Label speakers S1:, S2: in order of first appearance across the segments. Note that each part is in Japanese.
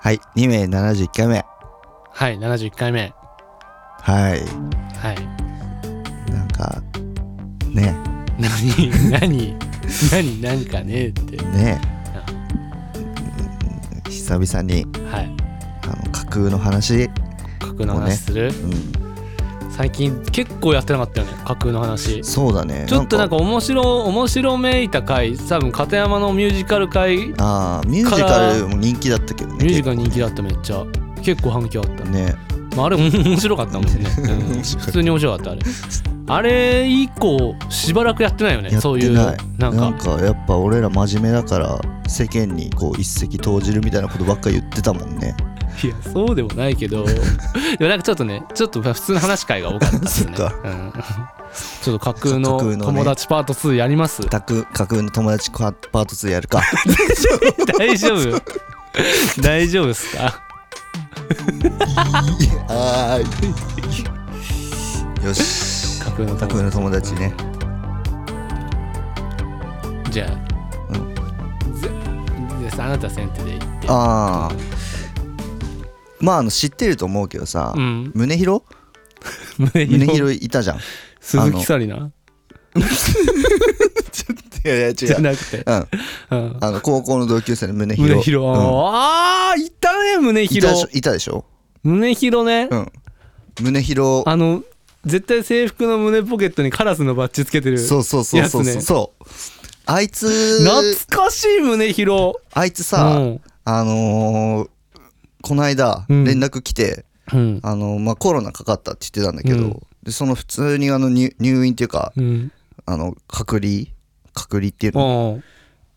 S1: はい2名71回目
S2: はい71回目
S1: はい
S2: はい
S1: なんかね
S2: 何何何何かねって
S1: ねえ久々に
S2: はい
S1: あの架空の話、
S2: 架空の話する、
S1: うん、
S2: 最近結構やってなかったよね架空の話
S1: そうだね
S2: ちょっとなんか面白面白めいた回多分片山のミュージカル回ミュ
S1: あーミュージカルも人気だったけどね
S2: ージカル人気だっためっちゃ結構反響あった、
S1: 結構ね
S2: まあ、あれ面白かったもんね、うん
S1: 面白い
S2: 普通 に面白かったあれあれ以降しばらくやってないよね
S1: やってない
S2: そういうなんか
S1: なんかやっぱ俺ら真面目だから世間にこう一石投じるみたいなことばっか言ってたもんね
S2: いやそうでもない けどでもなんかちょっとねちょっと普通の話し会が多かったですね
S1: そっ
S2: うん、ちょっと架空の
S1: 架空のね
S2: 友達パート2や ります、
S1: 架空架空の友達パパート2やるか
S2: 大丈夫大丈夫っすか
S1: あーいよし
S2: 架空の友
S1: 架空の友達ね
S2: じゃあ、
S1: うん
S2: ぜじゃああなた先手で言って
S1: ああまああの知ってると思うけどさ、
S2: うん
S1: 宗広
S2: 胸
S1: 宗広いた じゃん
S2: 鈴木紗理奈
S1: いやいや違
S2: じゃ
S1: う
S2: なくて、
S1: うん、
S2: うん、
S1: あの高校の同級生の宗広
S2: 胸広、
S1: うん
S2: あーいたね胸
S1: いたでしょ
S2: 広
S1: いたでしょ
S2: 胸広ね、
S1: うん宗広
S2: あの絶対制服の胸ポケットにカラスのバッジつけてる
S1: そうそうそうそう
S2: やつ
S1: そう
S2: ね
S1: そうあいつ
S2: 懐かしい胸広
S1: あいつさ、
S2: うん
S1: あのーこの間
S2: うん
S1: 連絡来て、
S2: うん
S1: あのーまあ、コロナかかったって言ってたんだけど、
S2: うん
S1: でその普通にあの入入院っていうか
S2: うん
S1: あの隔離隔離っていう
S2: う
S1: の
S2: ん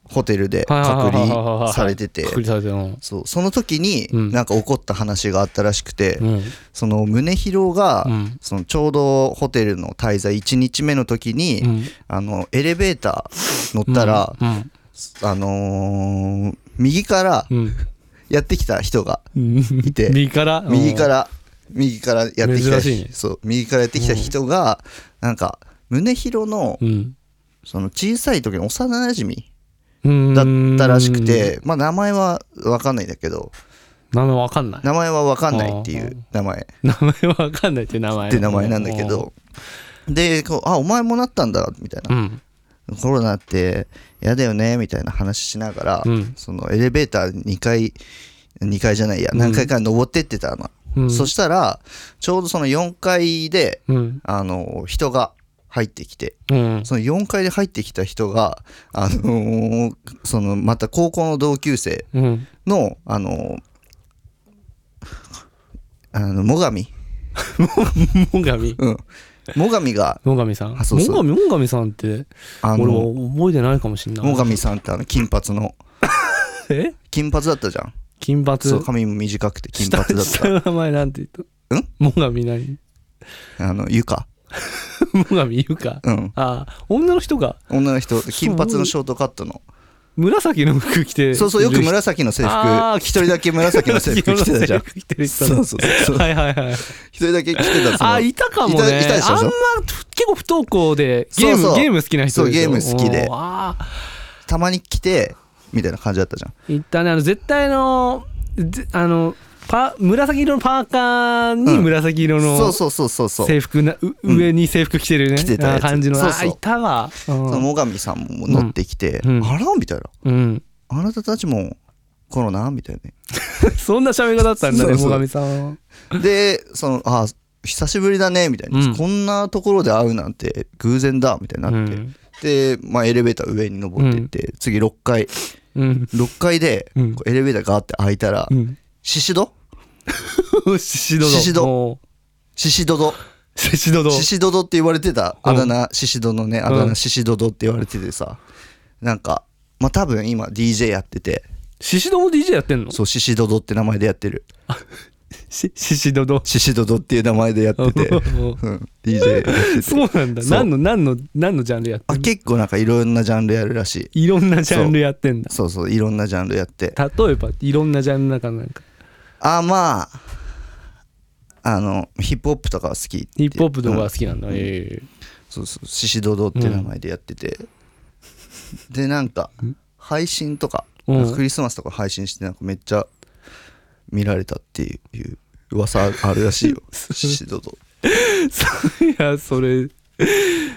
S1: ホテルで隔離されてて
S2: 隔離されてるうん
S1: そうその時に
S2: うん
S1: なんか起こった話があったらしくて、
S2: うん
S1: その宗広が、
S2: うん
S1: そのちょうどホテルの滞在1日目の時に、
S2: うん
S1: あのエレベーター乗ったら、
S2: うん
S1: あのー右から
S2: うん
S1: やってきた人が
S2: うん
S1: いて
S2: 右からうん
S1: 右から右からやってきた
S2: 珍しいね
S1: そう右からやってきた人が、なんか宗広の
S2: うん
S1: その小さい時の幼馴染
S2: うん
S1: だったらしくて、まあ、名前は分かんないんだけど
S2: 名前わかんない
S1: 名前は分かんないっていう名前
S2: 名前わかんないっていう名前
S1: って名前なんだけどでこうあお前もなったんだみたいな
S2: う、ん
S1: コロナって嫌だよねみたいな話しながら、
S2: うん
S1: そのエレベーター2階2階じゃないや何階か登ってってたの、
S2: うん
S1: そしたらちょうどその4階で
S2: うん
S1: あの人が入ってきて
S2: うん
S1: その4階で入ってきた人が、あのーそのまた高校の同級生
S2: うん
S1: の、あのーあの最上、うん、最上
S2: 最上
S1: が、
S2: 最上さん
S1: あそう
S2: 最
S1: そう
S2: 上最上さんって
S1: あ
S2: 俺
S1: の
S2: も覚えてないかもしんない
S1: 最上さんってあの金髪の
S2: え
S1: 金髪だったじゃん
S2: 金髪
S1: そう髪も短くて金髪だっ
S2: 下の名前なんて言ったん最上何
S1: たあのゆか
S2: 最上優香
S1: うん
S2: ああ女の人が
S1: 女の人金髪のショートカットの
S2: 紫の服着て
S1: そうそうよく紫の制
S2: あ
S1: 服一
S2: ー
S1: 人だけ紫の制 服着てたじゃん
S2: 紫の制服着てる人
S1: そ
S2: ね
S1: うそうそう
S2: はいはいはい
S1: 一人だけ着てたその
S2: あーいたかも
S1: い
S2: ね
S1: たいたでしょ
S2: あんまふ結構不登校でゲーム
S1: そうそう
S2: ゲーム好きな人
S1: そう
S2: でしょ
S1: ゲーム好きで
S2: おーあ
S1: たまに来てみたいな感じだったじゃん
S2: ーいったねあの絶対のぜあのパ紫色のパーカーに
S1: うん
S2: 紫色の、
S1: そうそうそうそうそう
S2: 制服なう
S1: うん
S2: 上に制服着てるね、
S1: 着てたやつ
S2: あー感じの
S1: そうそう
S2: あーいたわ、うん
S1: その最上さんも乗ってきて、
S2: うんうん
S1: あらみたいな
S2: うん、
S1: あなたたちもコロナみたいなね
S2: そんな喋り方だったんだね
S1: そうそう
S2: 最上さんは
S1: でそのあ久しぶりだねみたいな、
S2: うん
S1: こんなところで会うなんて偶然だみたいになって、
S2: うん
S1: で、まあ、エレベーター上に登ってって、次6階
S2: うん
S1: 6階で
S2: うん
S1: こうエレベーターガーって開いたら、
S2: うん
S1: シシド
S2: シシドド。
S1: シシド
S2: おー。
S1: シシドド
S2: シシドド。
S1: シシドドって言われてた
S2: うん
S1: あだ名、シシドのねあだ
S2: う
S1: 名
S2: ん
S1: シシドドって言われててさなんかまあ多分今 DJ やってて
S2: シシドも DJ やってんの
S1: そうシシドドって名前でやってる
S2: シシシド ド。
S1: シシドドっていう名前でやってて、
S2: おー
S1: うん DJ やってて
S2: そうなんだ。
S1: そう
S2: 何の、何の、何のジャンルやって
S1: あ
S2: んの
S1: 結構なんかいろんなジャンルやるらしい
S2: いろんなジャンルやってんだ。
S1: そうそういろんなジャンルやって
S2: 例えば、いろんなジャンルの中のなんか、
S1: あまああのヒップホップとかは好き
S2: ヒップホップとか
S1: うん
S2: が好きなんだ。ええ
S1: そうそうシシドドって名前でやってて、でなんか配信とか、
S2: うん
S1: クリスマスとか配信してなんかめっちゃ見られたっていう噂あるらしい よシドと
S2: いやそれい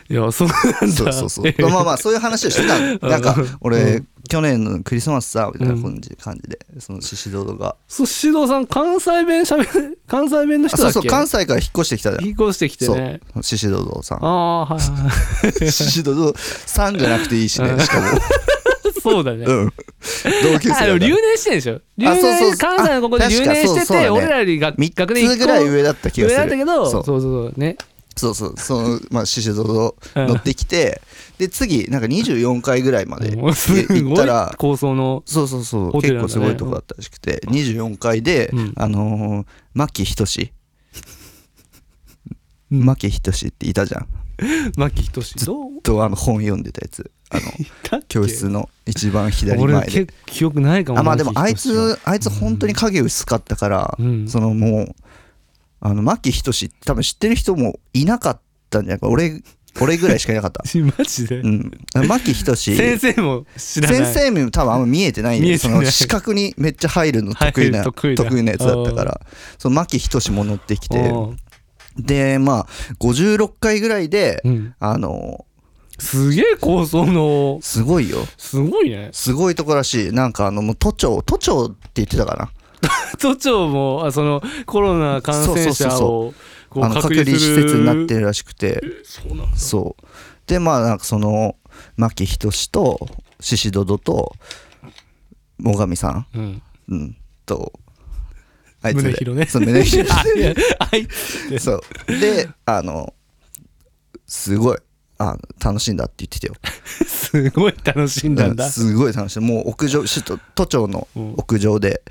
S2: やそうなんだ
S1: そうそうそうまあまあそういう話をしてたのなんか俺、去年のクリスマスさみたいな感じ,、感じでそのシシドドが
S2: そう獅童さん関西弁しゃべ関西弁の
S1: あ
S2: 人だ
S1: そう
S2: っけ
S1: そう関西から引っ越してきたじゃん
S2: 引っ越してきてね
S1: そうシシドドさん
S2: ああーはいはいは
S1: シシドドさんじゃなくていいし
S2: う
S1: ね
S2: ん
S1: しかも
S2: いそうだね
S1: うん同級生だ
S2: あ
S1: か
S2: で
S1: ら
S2: も留年してんでしょ留
S1: あそうそう
S2: 年関西のここで
S1: あ
S2: 留
S1: 確か
S2: 年し
S1: そ
S2: て
S1: うそうだ
S2: て
S1: ね
S2: 俺らより学
S1: 3
S2: 学年
S1: つ
S2: 一
S1: ぐ
S2: 個
S1: らい上だった気が
S2: 上
S1: す
S2: だ
S1: る
S2: ったけ
S1: そ
S2: どそううそうそうね
S1: そうそうそのまあシシドド乗ってきてで次なんか24回ぐらいまで
S2: もうす
S1: で行っ
S2: ご
S1: た
S2: い
S1: ら
S2: 構想の
S1: そうそうそう、
S2: ホテ
S1: 結
S2: ルな
S1: 構
S2: んだね
S1: すごいとこだったらしくて24階で、
S2: うん
S1: あのー、牧仁
S2: うん
S1: 牧仁っていたじゃん
S2: 牧仁どう
S1: とあの本読んでたやつあの
S2: だっけ
S1: 教室の一番左
S2: 俺
S1: 前で
S2: 結構記憶ないかも
S1: あまあでもあ
S2: 牧
S1: い
S2: 仁は
S1: つあいつ本当に影薄かったから、
S2: うん
S1: そのもうあの牧仁多分知ってる人もいなかったんじゃないか俺俺ぐらいしかいなか った、
S2: マジで
S1: うん、牧仁
S2: 先生も知らない
S1: 先生も多分あんま見えてないん
S2: 見
S1: で
S2: えて
S1: そ
S2: ない
S1: の視覚にめっちゃ入るの得意な
S2: 入る得意な
S1: 得意なやつだったからその牧仁も乗ってきて
S2: うん
S1: でまあ56回ぐらいで
S2: うん
S1: あの
S2: すげえ構想の
S1: すごいよ
S2: すごいね
S1: すごいとこらしいなんかあのもう都庁都庁って言ってたかな
S2: 都庁もあそのコロナ感染者をこう
S1: あの
S2: 隔
S1: 隔
S2: 離
S1: 離施
S2: する
S1: 設になってるらしくて
S2: そうなん
S1: そうでまあなんかその牧仁と宍戸戸と最上さん、
S2: うん
S1: うん、とあいつ
S2: 宗
S1: で
S2: 広ね
S1: そう宗広
S2: あいやあいつって
S1: そうであのすごいあの楽しんだって言ってたよ
S2: すごい楽しんだん
S1: う
S2: だ
S1: んすごい楽しいもう屋上首都都庁の屋上で、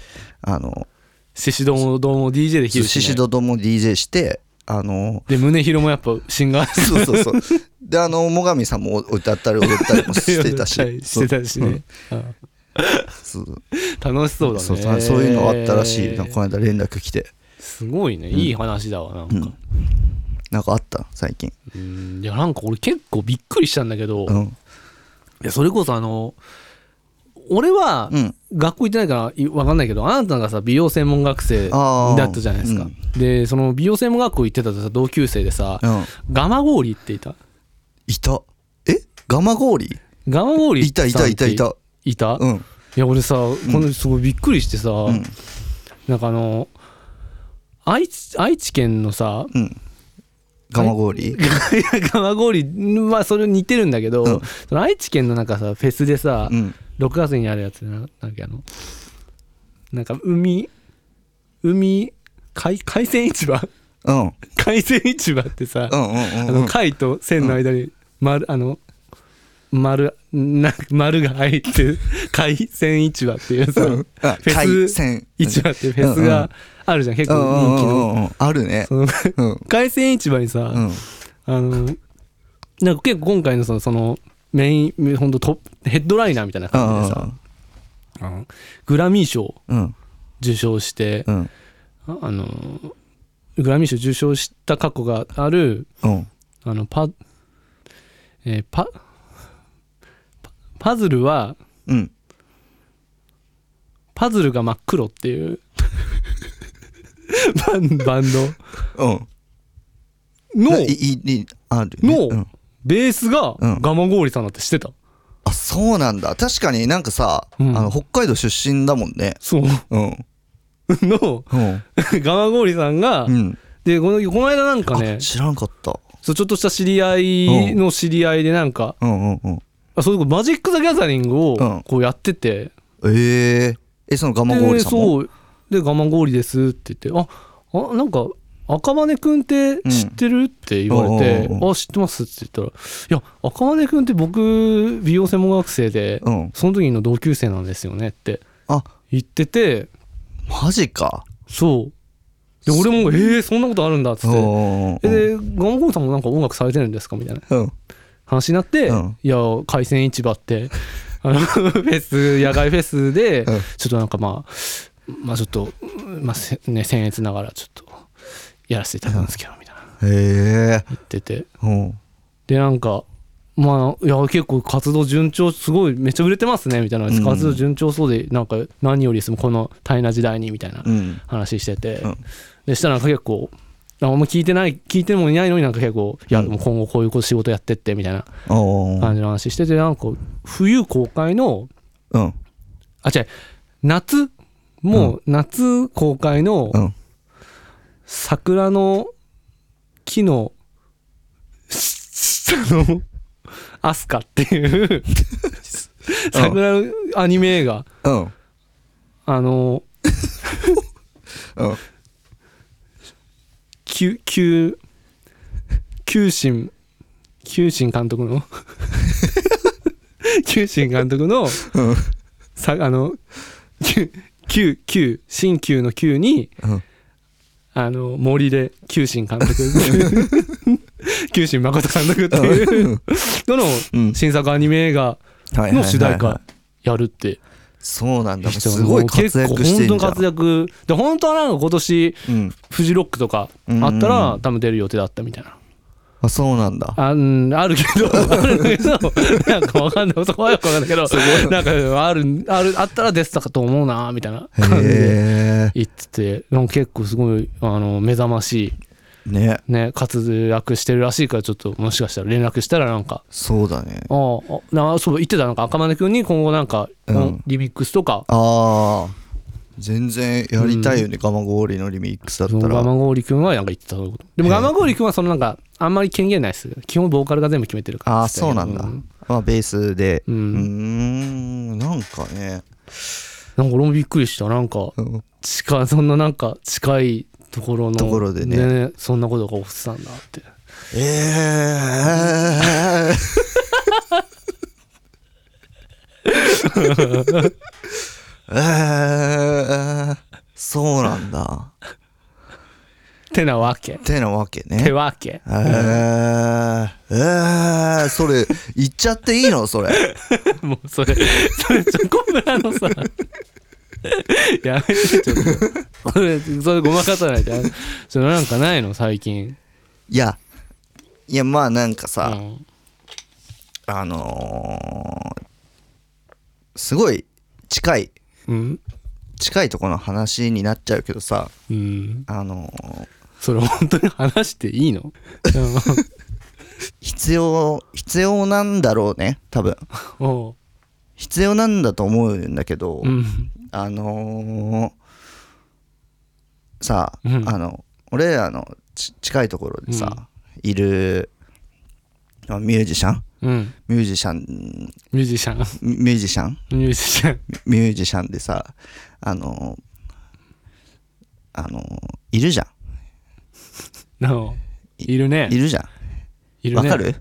S1: あの
S2: 獅子堂もどうも DJ できるし
S1: 獅子
S2: ね
S1: 戸ども DJ してあの
S2: で宗広もやっぱシンガー
S1: そうそうそうであの最上さんも歌ったり踊ったりもして たし
S2: してたしねうん
S1: そうそう
S2: 楽しそうだね
S1: そうそうそういうのあったらしいなんかこの間連絡来て
S2: すごいねいい話だわなん
S1: う
S2: か
S1: んなんかあった最近
S2: うんいやなんか俺結構びっくりしたんだけど
S1: うん
S2: いやそれこそあの俺は
S1: うん
S2: 学校行ってないからいわかんないけどあなたがさ美容専門学生
S1: あー
S2: だったじゃないですか、
S1: うん
S2: でその美容専門学校行ってたとさ同級生でさ、
S1: うん
S2: ガマゴーリっていた
S1: いたえガマゴーリ
S2: ガマゴーリ
S1: いたいたいたいた
S2: いた、
S1: う
S2: い
S1: ん
S2: や俺さこのすごいびっくりしてさ、
S1: うん
S2: なんかあの愛知愛知県のさ
S1: うんガマゴーリ
S2: ガマゴーリまあそれ似てるんだけど、
S1: うん
S2: その愛知県のなんかさフェスでさ、
S1: うん
S2: 6月にあるやつななんだっけあのなんか海海海海鮮市場
S1: うんうん
S2: 海鮮市場ってさ、
S1: うんう
S2: あ
S1: んうん
S2: の貝と線の間に丸、あの丸な丸が入ってる 海鮮市場っていうさ、
S1: うんあ
S2: フェス
S1: 海鮮
S2: 市場っていうフェス
S1: うんうん
S2: があるじゃん、結
S1: う
S2: 構
S1: んうん
S2: 人気の,、
S1: うんうんうんあるね
S2: その
S1: うん
S2: 海鮮市場にさ、
S1: うん
S2: あのなんか結構今回のそのそのメインほんとトップヘッドライナーみたいな感じでさ、あのグラミー賞
S1: うん
S2: 受賞して、
S1: うん
S2: ああのーグラミー賞受賞した過去がある
S1: うん
S2: あのパ,、えーパパパズルは
S1: うん
S2: パズルが真っ黒っていう バンバン
S1: うん
S2: ドの
S1: いいいあるね
S2: の
S1: うん
S2: ベースが
S1: うん
S2: ガマゴーリさんだって知ってた、
S1: あそうなんだ確かになんかさあ
S2: うん
S1: の北海道出身だもんね
S2: そう
S1: うん
S2: の
S1: うん
S2: ガマゴーリさんが、
S1: うん
S2: でこのこの間なんかね
S1: あ知らんかった
S2: そうちょっとした知り合いの知り合いでなんか、
S1: うんうんうん
S2: あそういうことマジック・ザ・ギャザリング
S1: うん
S2: をこうやってて、
S1: えええそのガマゴーリさんも
S2: でそうで「我慢氷です」って言って「ああなんか赤羽くんって知ってる?」って言われて
S1: うんうんうん
S2: 「あ知ってます」って言ったら「いや赤羽くんって僕美容専門学生で
S1: うん
S2: その時の同級生なんですよね」って
S1: あ
S2: 言ってて
S1: マジか
S2: そうで俺も「えー、そんなことあるんだ」っつ
S1: う
S2: って。
S1: んうんうん
S2: で、ガマゴーリさんもなんか音楽されてるんですかみたいな
S1: うん
S2: 話になって、
S1: うん
S2: いや海鮮市場って あのフェス野外フェスで、
S1: うん
S2: ちょっとなんかまあまあちょっと、まあせね、僭越ながらちょっとやらせていただくんですけどみたいな
S1: へえ
S2: 言ってて
S1: うん
S2: でなんかままあ、いや結構活動順調すごいめっちゃ売れてますねみたいな、
S1: うん
S2: 活動順調そうでなんか何よりですもこの大変な時代にみたいな
S1: うん
S2: 話してて、
S1: うん
S2: でしたらなんか結構あんま聞いてない聞いてもいないのになんか結構いや
S1: うん
S2: でも今後こういう仕事やってってみたいな
S1: おー
S2: 感じの話しててなんか冬公開の
S1: うん
S2: あ違う夏もう夏公開の
S1: うん
S2: 桜の木の下のアスカっていう桜のアニメ映画
S1: うん
S2: あの
S1: うん
S2: 九九九神九神監督の 九神監督の
S1: うん
S2: さあの九九九新旧の旧に
S1: うん
S2: あの森で九神監督 九神誠監督っていうのの
S1: うん
S2: 新作アニメ映画
S1: はいはいはいは
S2: の
S1: い
S2: 主題歌やるって
S1: そうなんだ
S2: 人は
S1: すごい活
S2: もう
S1: 躍
S2: 結
S1: してんじゃ
S2: 構本当に
S1: ん
S2: 活躍で本当はなんか今年
S1: うん
S2: フジロックとかあった
S1: うんうん
S2: ら
S1: う
S2: 多分出る予定だったみたいな
S1: あそうなん だ
S2: あうんあるけ どあるけどなんかわかんないそこはよくわかんないけどなんかあるあるあったら出てたかと思うなみたいな感じで
S1: へえ
S2: 言っててなんか結構すごいあの目覚ましい
S1: ね
S2: ね、活躍してるらしいからちょっともしかしたら連絡したらなんか
S1: そうだね
S2: あああなそう言ってたなんか赤羽君に今後なんか、
S1: うん
S2: リミックスとか
S1: ああ全然やりたいよね、ガマゴーリのリミックスだったら
S2: ガマゴーリ君はなんか言ってたことでも
S1: へえ
S2: ガマゴーリ君はそのなんかあんまり権限ないです基本ボーカルが全部決めてるから
S1: ああそうなんだ、
S2: うん
S1: まあベースで
S2: う
S1: うんーんなんかね
S2: なんか俺もびっくりしたなんか
S1: うん
S2: 近いそんななんか近いところの
S1: ところでね
S2: そんなことが起きてたんだって
S1: ええー えーそうなんだ。
S2: てなわけ
S1: てなわけね。
S2: てわけ
S1: えー、えー、それ、言っちゃっていいのそれ。
S2: もうそれ、それチョコプラのさ、 やめてちょっと。これ、それごまかさないで。それなんかないの最近。
S1: いや、いや、まあなんか
S2: う
S1: さ、
S2: ん。
S1: あのー、すごい近い、
S2: うん。
S1: 近いところの話になっちゃうけどさ、
S2: うん。
S1: あのー、
S2: それ本当に話していいの
S1: 必要、必要なんだろうね、多分。
S2: うん。おう
S1: 必要なんだと思うんだけど、
S2: うん。
S1: あのーさあ、
S2: うん
S1: あの俺らのち近いところでさ、いるまあミュージシャン
S2: うん。
S1: ミュージシャン
S2: ミュージシャン。
S1: ミミュージシャン
S2: ミュージシャン。
S1: ミュージシャンでさあのーあのーいるじゃ
S2: の、いるね
S1: んい。るじゃん
S2: いる
S1: わ、
S2: ね。
S1: か る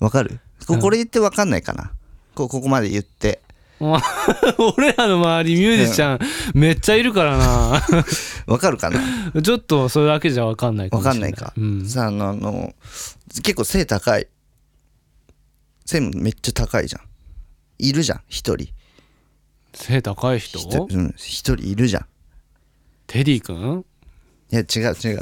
S1: わかるこ
S2: うん
S1: これ言ってわかんないかなこここまで言って
S2: 俺らの周りミュージシャンめっちゃいるからな。
S1: わかるかな
S2: ちょっとそれだけじゃわかんないか
S1: わ
S2: もしれ
S1: か
S2: ない。
S1: んないか、
S2: うん。
S1: さあのあの結構背高い背もめっちゃ高いじゃんいるじゃん一人
S2: 背高い
S1: ひ
S2: 人
S1: とうん、一人いるじゃん
S2: テディ君
S1: いや違う 違う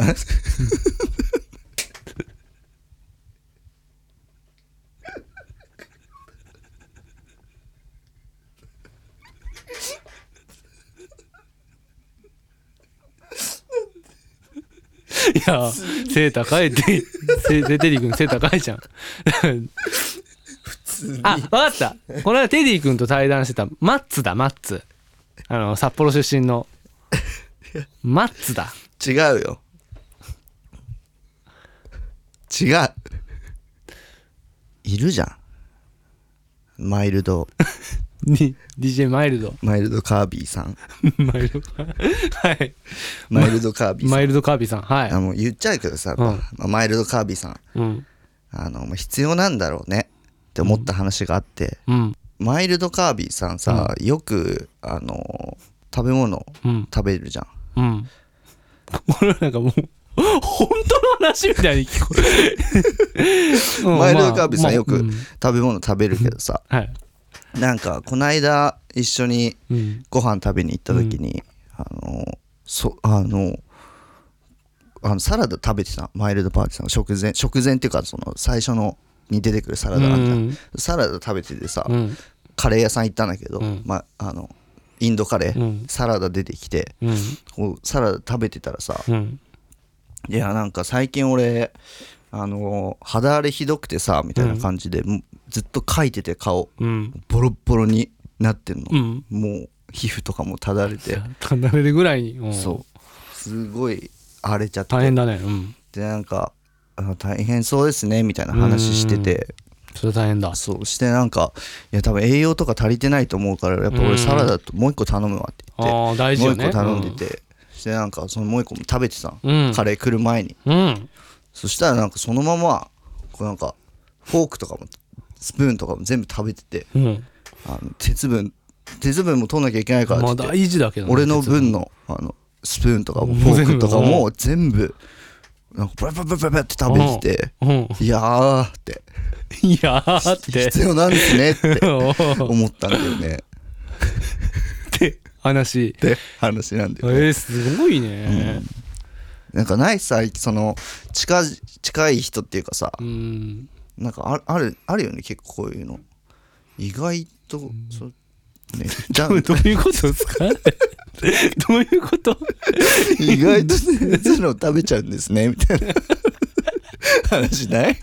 S2: いや、背高いって、せテディ君背高いじゃん。 あ、わかった。この間テディ君と対談してた、マッツだ、マッツ。あの、札幌出身の。マッツだ。
S1: 違うよ違ういるじゃんマイルド
S2: に、DJ マイルド。
S1: マイルドカービィさん
S2: マイルド。 はい。
S1: マイルドカービィさん
S2: マイルドカービィさん。はい
S1: あ。もう言っちゃうけどさ、
S2: うん
S1: まあマイルドカービィさん
S2: うん。
S1: あのもう必要なんだろうねって思った話があって、
S2: うん。
S1: マイルドカービィさんさ、よくあの食べ物
S2: うん。
S1: 食べるじゃん
S2: うん。俺なんかもう、本当の話みたいに聞こえ うん。
S1: マイルドカービィさん
S2: まあ
S1: よく
S2: うん
S1: 食べ物食べるけどさ、
S2: はい。
S1: なんかこないだ一緒に
S2: うん。
S1: ご飯食べに行った時に、あのそあのあのサラダ食べてたマイルドパーティーさんの食前食前っていうかその最初のに出てくるサラ
S2: う
S1: ダあるじゃん、
S2: ん
S1: サラダ食べててさ、
S2: うん
S1: カレー屋さん行ったんだけど、
S2: うん
S1: まああのインドカレー、
S2: うん
S1: サラダ出てきて
S2: うん
S1: こうサラダ食べてたらさ
S2: うん
S1: いやなんか最近俺あの肌荒れひどくてさみたいな感じで、もうずっと描いてて顔
S2: うん
S1: ボロッボロになってんの、
S2: うん
S1: もう皮膚とかもただれて
S2: 離れるぐらいにうん
S1: そうすごい荒れちゃって
S2: 大変だねうん
S1: でなんかあ大変そうですねみたいな話してて
S2: それ大変だ
S1: そうしてなんかいや多分栄養とか足りてないと思うからやっぱ
S2: うん
S1: 俺サラダともう一個頼むわって
S2: あ
S1: 言っ
S2: ー
S1: て
S2: 大
S1: もう
S2: 事よ
S1: 一個
S2: ね
S1: 頼んでてしてなんかそのもう一個も食べてたの
S2: うん
S1: カレー来る前に
S2: うん
S1: そしたらなんかそのままこうなんかフォークとかもスプーンとかも全部食べてて
S2: うん
S1: あの鉄分鉄分も取んなきゃいけないからって
S2: ま
S1: 言
S2: あ
S1: って
S2: 大事だけどね
S1: 俺の分のあのスプーンとかもフォークとかも全部なんかブラブラブラブラって食べてて
S2: うん
S1: いやーって
S2: いやー って
S1: 必要なんですね って
S2: おーっ
S1: 思ったんだよねって
S2: 話
S1: て話なんだ
S2: え
S1: よね
S2: ー、すごいね
S1: なんかないさその近い近い人っていうかさ
S2: うん
S1: なんかあるあるあるよね結構こういうの意外とそうねじゃん
S2: どどういうことですかどういうこと
S1: 意外とねそういうの食べちゃうんですねみたいな話ない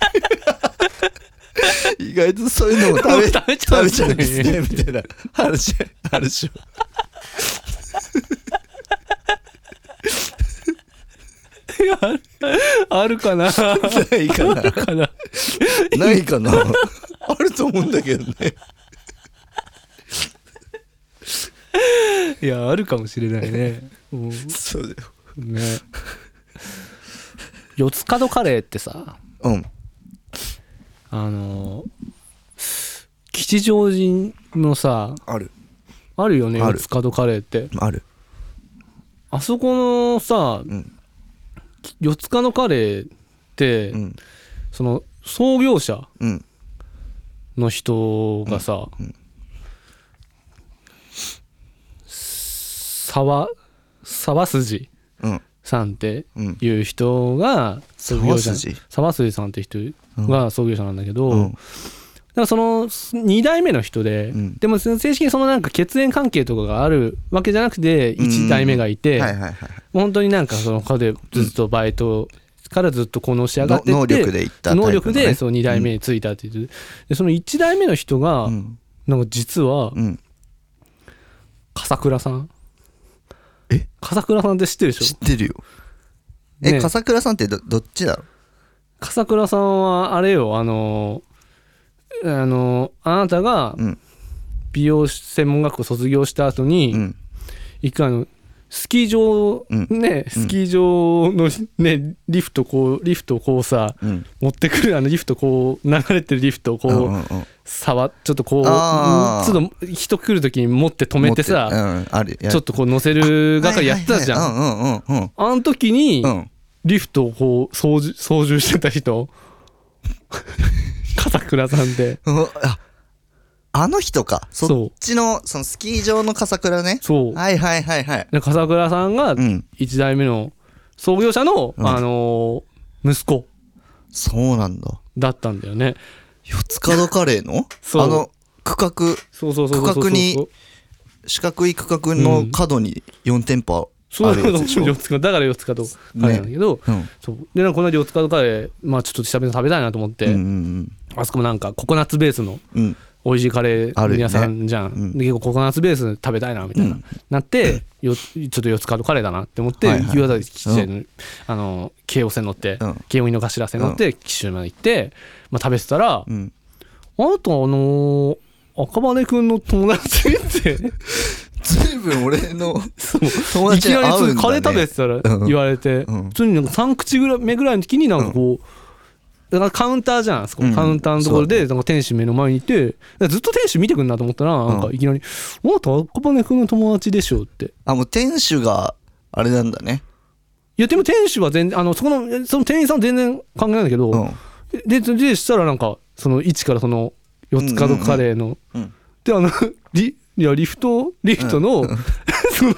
S1: 意外とそういうのも食べ
S2: 食べち
S1: 食
S2: ゃうん
S1: べ
S2: で
S1: ち
S2: す
S1: ゃ
S2: ね
S1: うんですねみたいな話あるでしょ
S2: あるかな
S1: ないかな
S2: かな
S1: ないかなあると思うんだけどね
S2: いやあるかもしれないねうん
S1: そうだよ
S2: ね四つ角カレーってさ
S1: うん
S2: あの吉祥寺のさ
S1: ある
S2: あるよね
S1: あ
S2: 四
S1: る
S2: つ角カレーって
S1: ある
S2: あそこのさ
S1: うん
S2: 四つ角カレーって、
S1: うん
S2: その創業者
S1: うん
S2: の人がさ、
S1: うんうん
S2: 沢沢筋
S1: うん
S2: さんって
S1: うん
S2: いう人が創業者
S1: 沢筋
S2: 沢筋さんって人が創業者なんだけど、
S1: うん
S2: だからその2代目の人で、
S1: うん
S2: でもその正式にそのなんか血縁関係とかがあるわけじゃなくて
S1: うん
S2: 1代目がいて、
S1: はいはいはいは
S2: もう本当になんかその他でずっとバイトからずっとこのし上
S1: い
S2: が
S1: の
S2: って
S1: 能
S2: って
S1: 力でいったタイプの
S2: 能
S1: ね
S2: 力でそう2代目についたっていう、でその1代目の人が、
S1: うん
S2: なんか実は
S1: うん
S2: 笠倉さん
S1: え
S2: 笠倉さんって知ってるで
S1: 知
S2: し
S1: っ
S2: ょ
S1: てるよえ
S2: ね
S1: 笠倉さんってどどっちだろ
S2: 笠倉さんはあれよあのあのあなたが
S1: うん
S2: 美容専門学校卒業した後に、
S1: うん
S2: 一回あのスキー場、
S1: うん
S2: ねスキー場のねリフトこうリフトをこうさ
S1: うん
S2: 持ってくるあのリフトこう流れてるリフトをこう、
S1: うんうんうん
S2: 触っちょっとこうち
S1: あー
S2: ょっと人来る時に持って止めてさ
S1: 持ってうんあるや
S2: ちょっとこう乗せる係やってたじゃん、
S1: はいはいはいうんうんうん
S2: あの時に
S1: うんうん
S2: リフトをこう操縦操縦してた人 笠倉さんで
S1: うんああの人かそっちのそのスキー場の笠倉ね
S2: そう
S1: はいはいはいはい
S2: で笠倉さんが
S1: うん
S2: 1代目の創業者の、
S1: うん
S2: あのー息子
S1: そうなんだ
S2: だったんだよね
S1: 四つ角カレーの
S2: そう
S1: あの区画
S2: そうそうそうそうそう
S1: 区画に四角い区画の角に4店舗
S2: そう
S1: あ
S2: そ
S1: る
S2: う
S1: やつで
S2: そう
S1: しょ
S2: 四つ角だから四つ角カレーなんだけど、
S1: うん
S2: そうでなんかこの間四つ角カレーまあちょっと久々に食べたいなと思って、
S1: うんうん
S2: あそこもなんかココナッツベースの
S1: うんうん
S2: 美味しいカレ
S1: あるよ
S2: ー
S1: ね
S2: 屋さんじゃん、
S1: うん
S2: で結構ココナッツベース食べたいなみたいな、
S1: うん
S2: なってよちょっと四つ角カレーだなって思って
S1: はいはい
S2: 湯浅吉祥のあの京王線乗って、
S1: うん
S2: 京王井の頭線乗って紀州まで行って、まあ、食べてたら、
S1: うん
S2: あとあのー赤羽くんの友達って
S1: 随分俺の
S2: そう
S1: 友
S2: い
S1: 達
S2: き
S1: に
S2: なり
S1: 合
S2: 普
S1: うんだ、
S2: 通
S1: ね、
S2: にカレー食べてたら言われて、
S1: うん
S2: 普通になんか3口ぐらい目ぐらいの時になんかこう、だからカウンターじゃんあそこ、
S1: うん
S2: カウンターのところでなんか店主目の前にいてだからずっと店主見てくんなと思ったらなんかいきなり「あなた赤羽君の友達でしょ」って。
S1: あもう店主があれなんだね
S2: いやでも店主は全然あのそこのその店員さんは全然関係ないんだけど、
S1: うん
S2: でででしたらなんかその一からその四つ角カレーの、
S1: うん
S2: であのリいやリフトリフトの、 その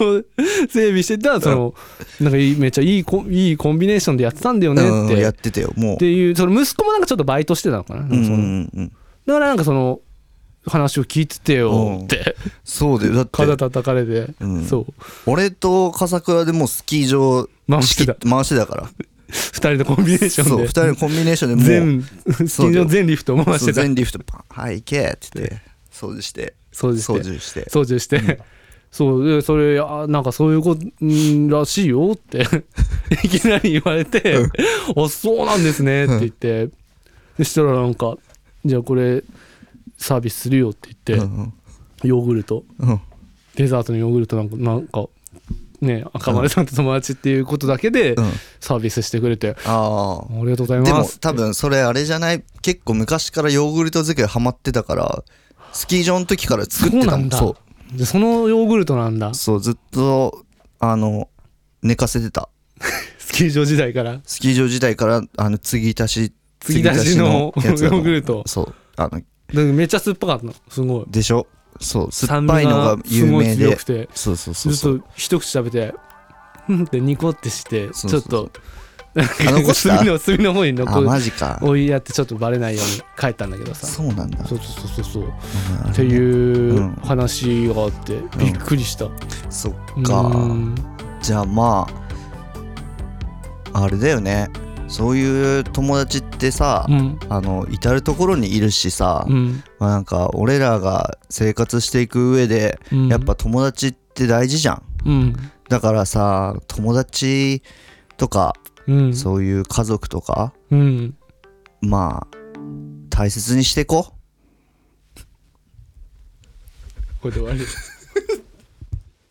S2: 整備してたらそのなんかいいめっちゃいいコいいコンビネーションでやってたんだよね
S1: うん
S2: っ
S1: や
S2: て
S1: っ
S2: って
S1: たよも
S2: ていうその息子もなんかちょっとバイトしてたのかな、
S1: ううんう
S2: その
S1: んうん
S2: だからなんかその話を聞いててよって
S1: そうだよだって
S2: 肩叩かれて、
S1: うん
S2: そう
S1: 俺と笠倉でもうスキー場
S2: 回してた
S1: 仕切っ回してたから
S2: 2人のコンビネーション
S1: そう
S2: で
S1: 2人のコンビネーションでもう
S2: 全スキー場の全リフトを回
S1: そ
S2: し
S1: う
S2: てた
S1: 全リフトパン「はい行け」って言って掃除して
S2: 掃除
S1: 掃
S2: して
S1: 除して
S2: 掃除して、そうでそれあなんかそういうことんらしいよって いきなり言われて「あそうなんですね」って言って、そしたらなんか「じゃあこれサービスするよ」って言って、
S1: うん
S2: ヨーグルト
S1: うんうん
S2: デザートのヨーグルトなんかなんかね赤丸さんと友達っていうことだけで
S1: うん
S2: サービスしてくれて「
S1: あ
S2: ありがとうござい
S1: あで
S2: ま
S1: も
S2: す」
S1: 多分それあれじゃない結構昔からヨーグルト漬けハマってたからスキー場の時から作って
S2: そうな
S1: た
S2: ん
S1: もん
S2: だ
S1: そ
S2: でそのヨーグルトなんだ
S1: うそうずっとあの寝かせてた
S2: スキー場時代から
S1: スキー場時代からあの継ぎ足し
S2: 継ぎ足しの
S1: 継ぎ足しのやつだと思う
S2: ヨーグルト
S1: そうあの
S2: でめっちゃ酸っぱかったのすごい
S1: でしょそう酸っぱいのが有名
S2: 酸味がすごい強
S1: で
S2: くて
S1: そうそうそう
S2: ず
S1: そう
S2: っと一口食べて ふんってニコってして
S1: そ
S2: ち
S1: うそ
S2: ょ
S1: うそう
S2: っとなん
S1: あ
S2: か
S1: 残した
S2: 炭の炭の方に
S1: あ
S2: 残る
S1: マジか
S2: おいやってちょっとバレないように帰ったんだけどさそ
S1: そうなんだ
S2: うそうそうそうそう
S1: うんあれね
S2: っていううん話があってびっくりした
S1: そっ
S2: う
S1: か
S2: ん
S1: じゃあまああれだよねそういう友達ってさ
S2: うん
S1: あの至る所にいるしさ、
S2: うん
S1: まあ、なんか俺らが生活していく上で
S2: うん
S1: やっぱ友達って大事じゃん
S2: うん
S1: だからさ友達とか
S2: うん
S1: そういう家族とか
S2: うん
S1: まあ大切にしてこ
S2: これで終わり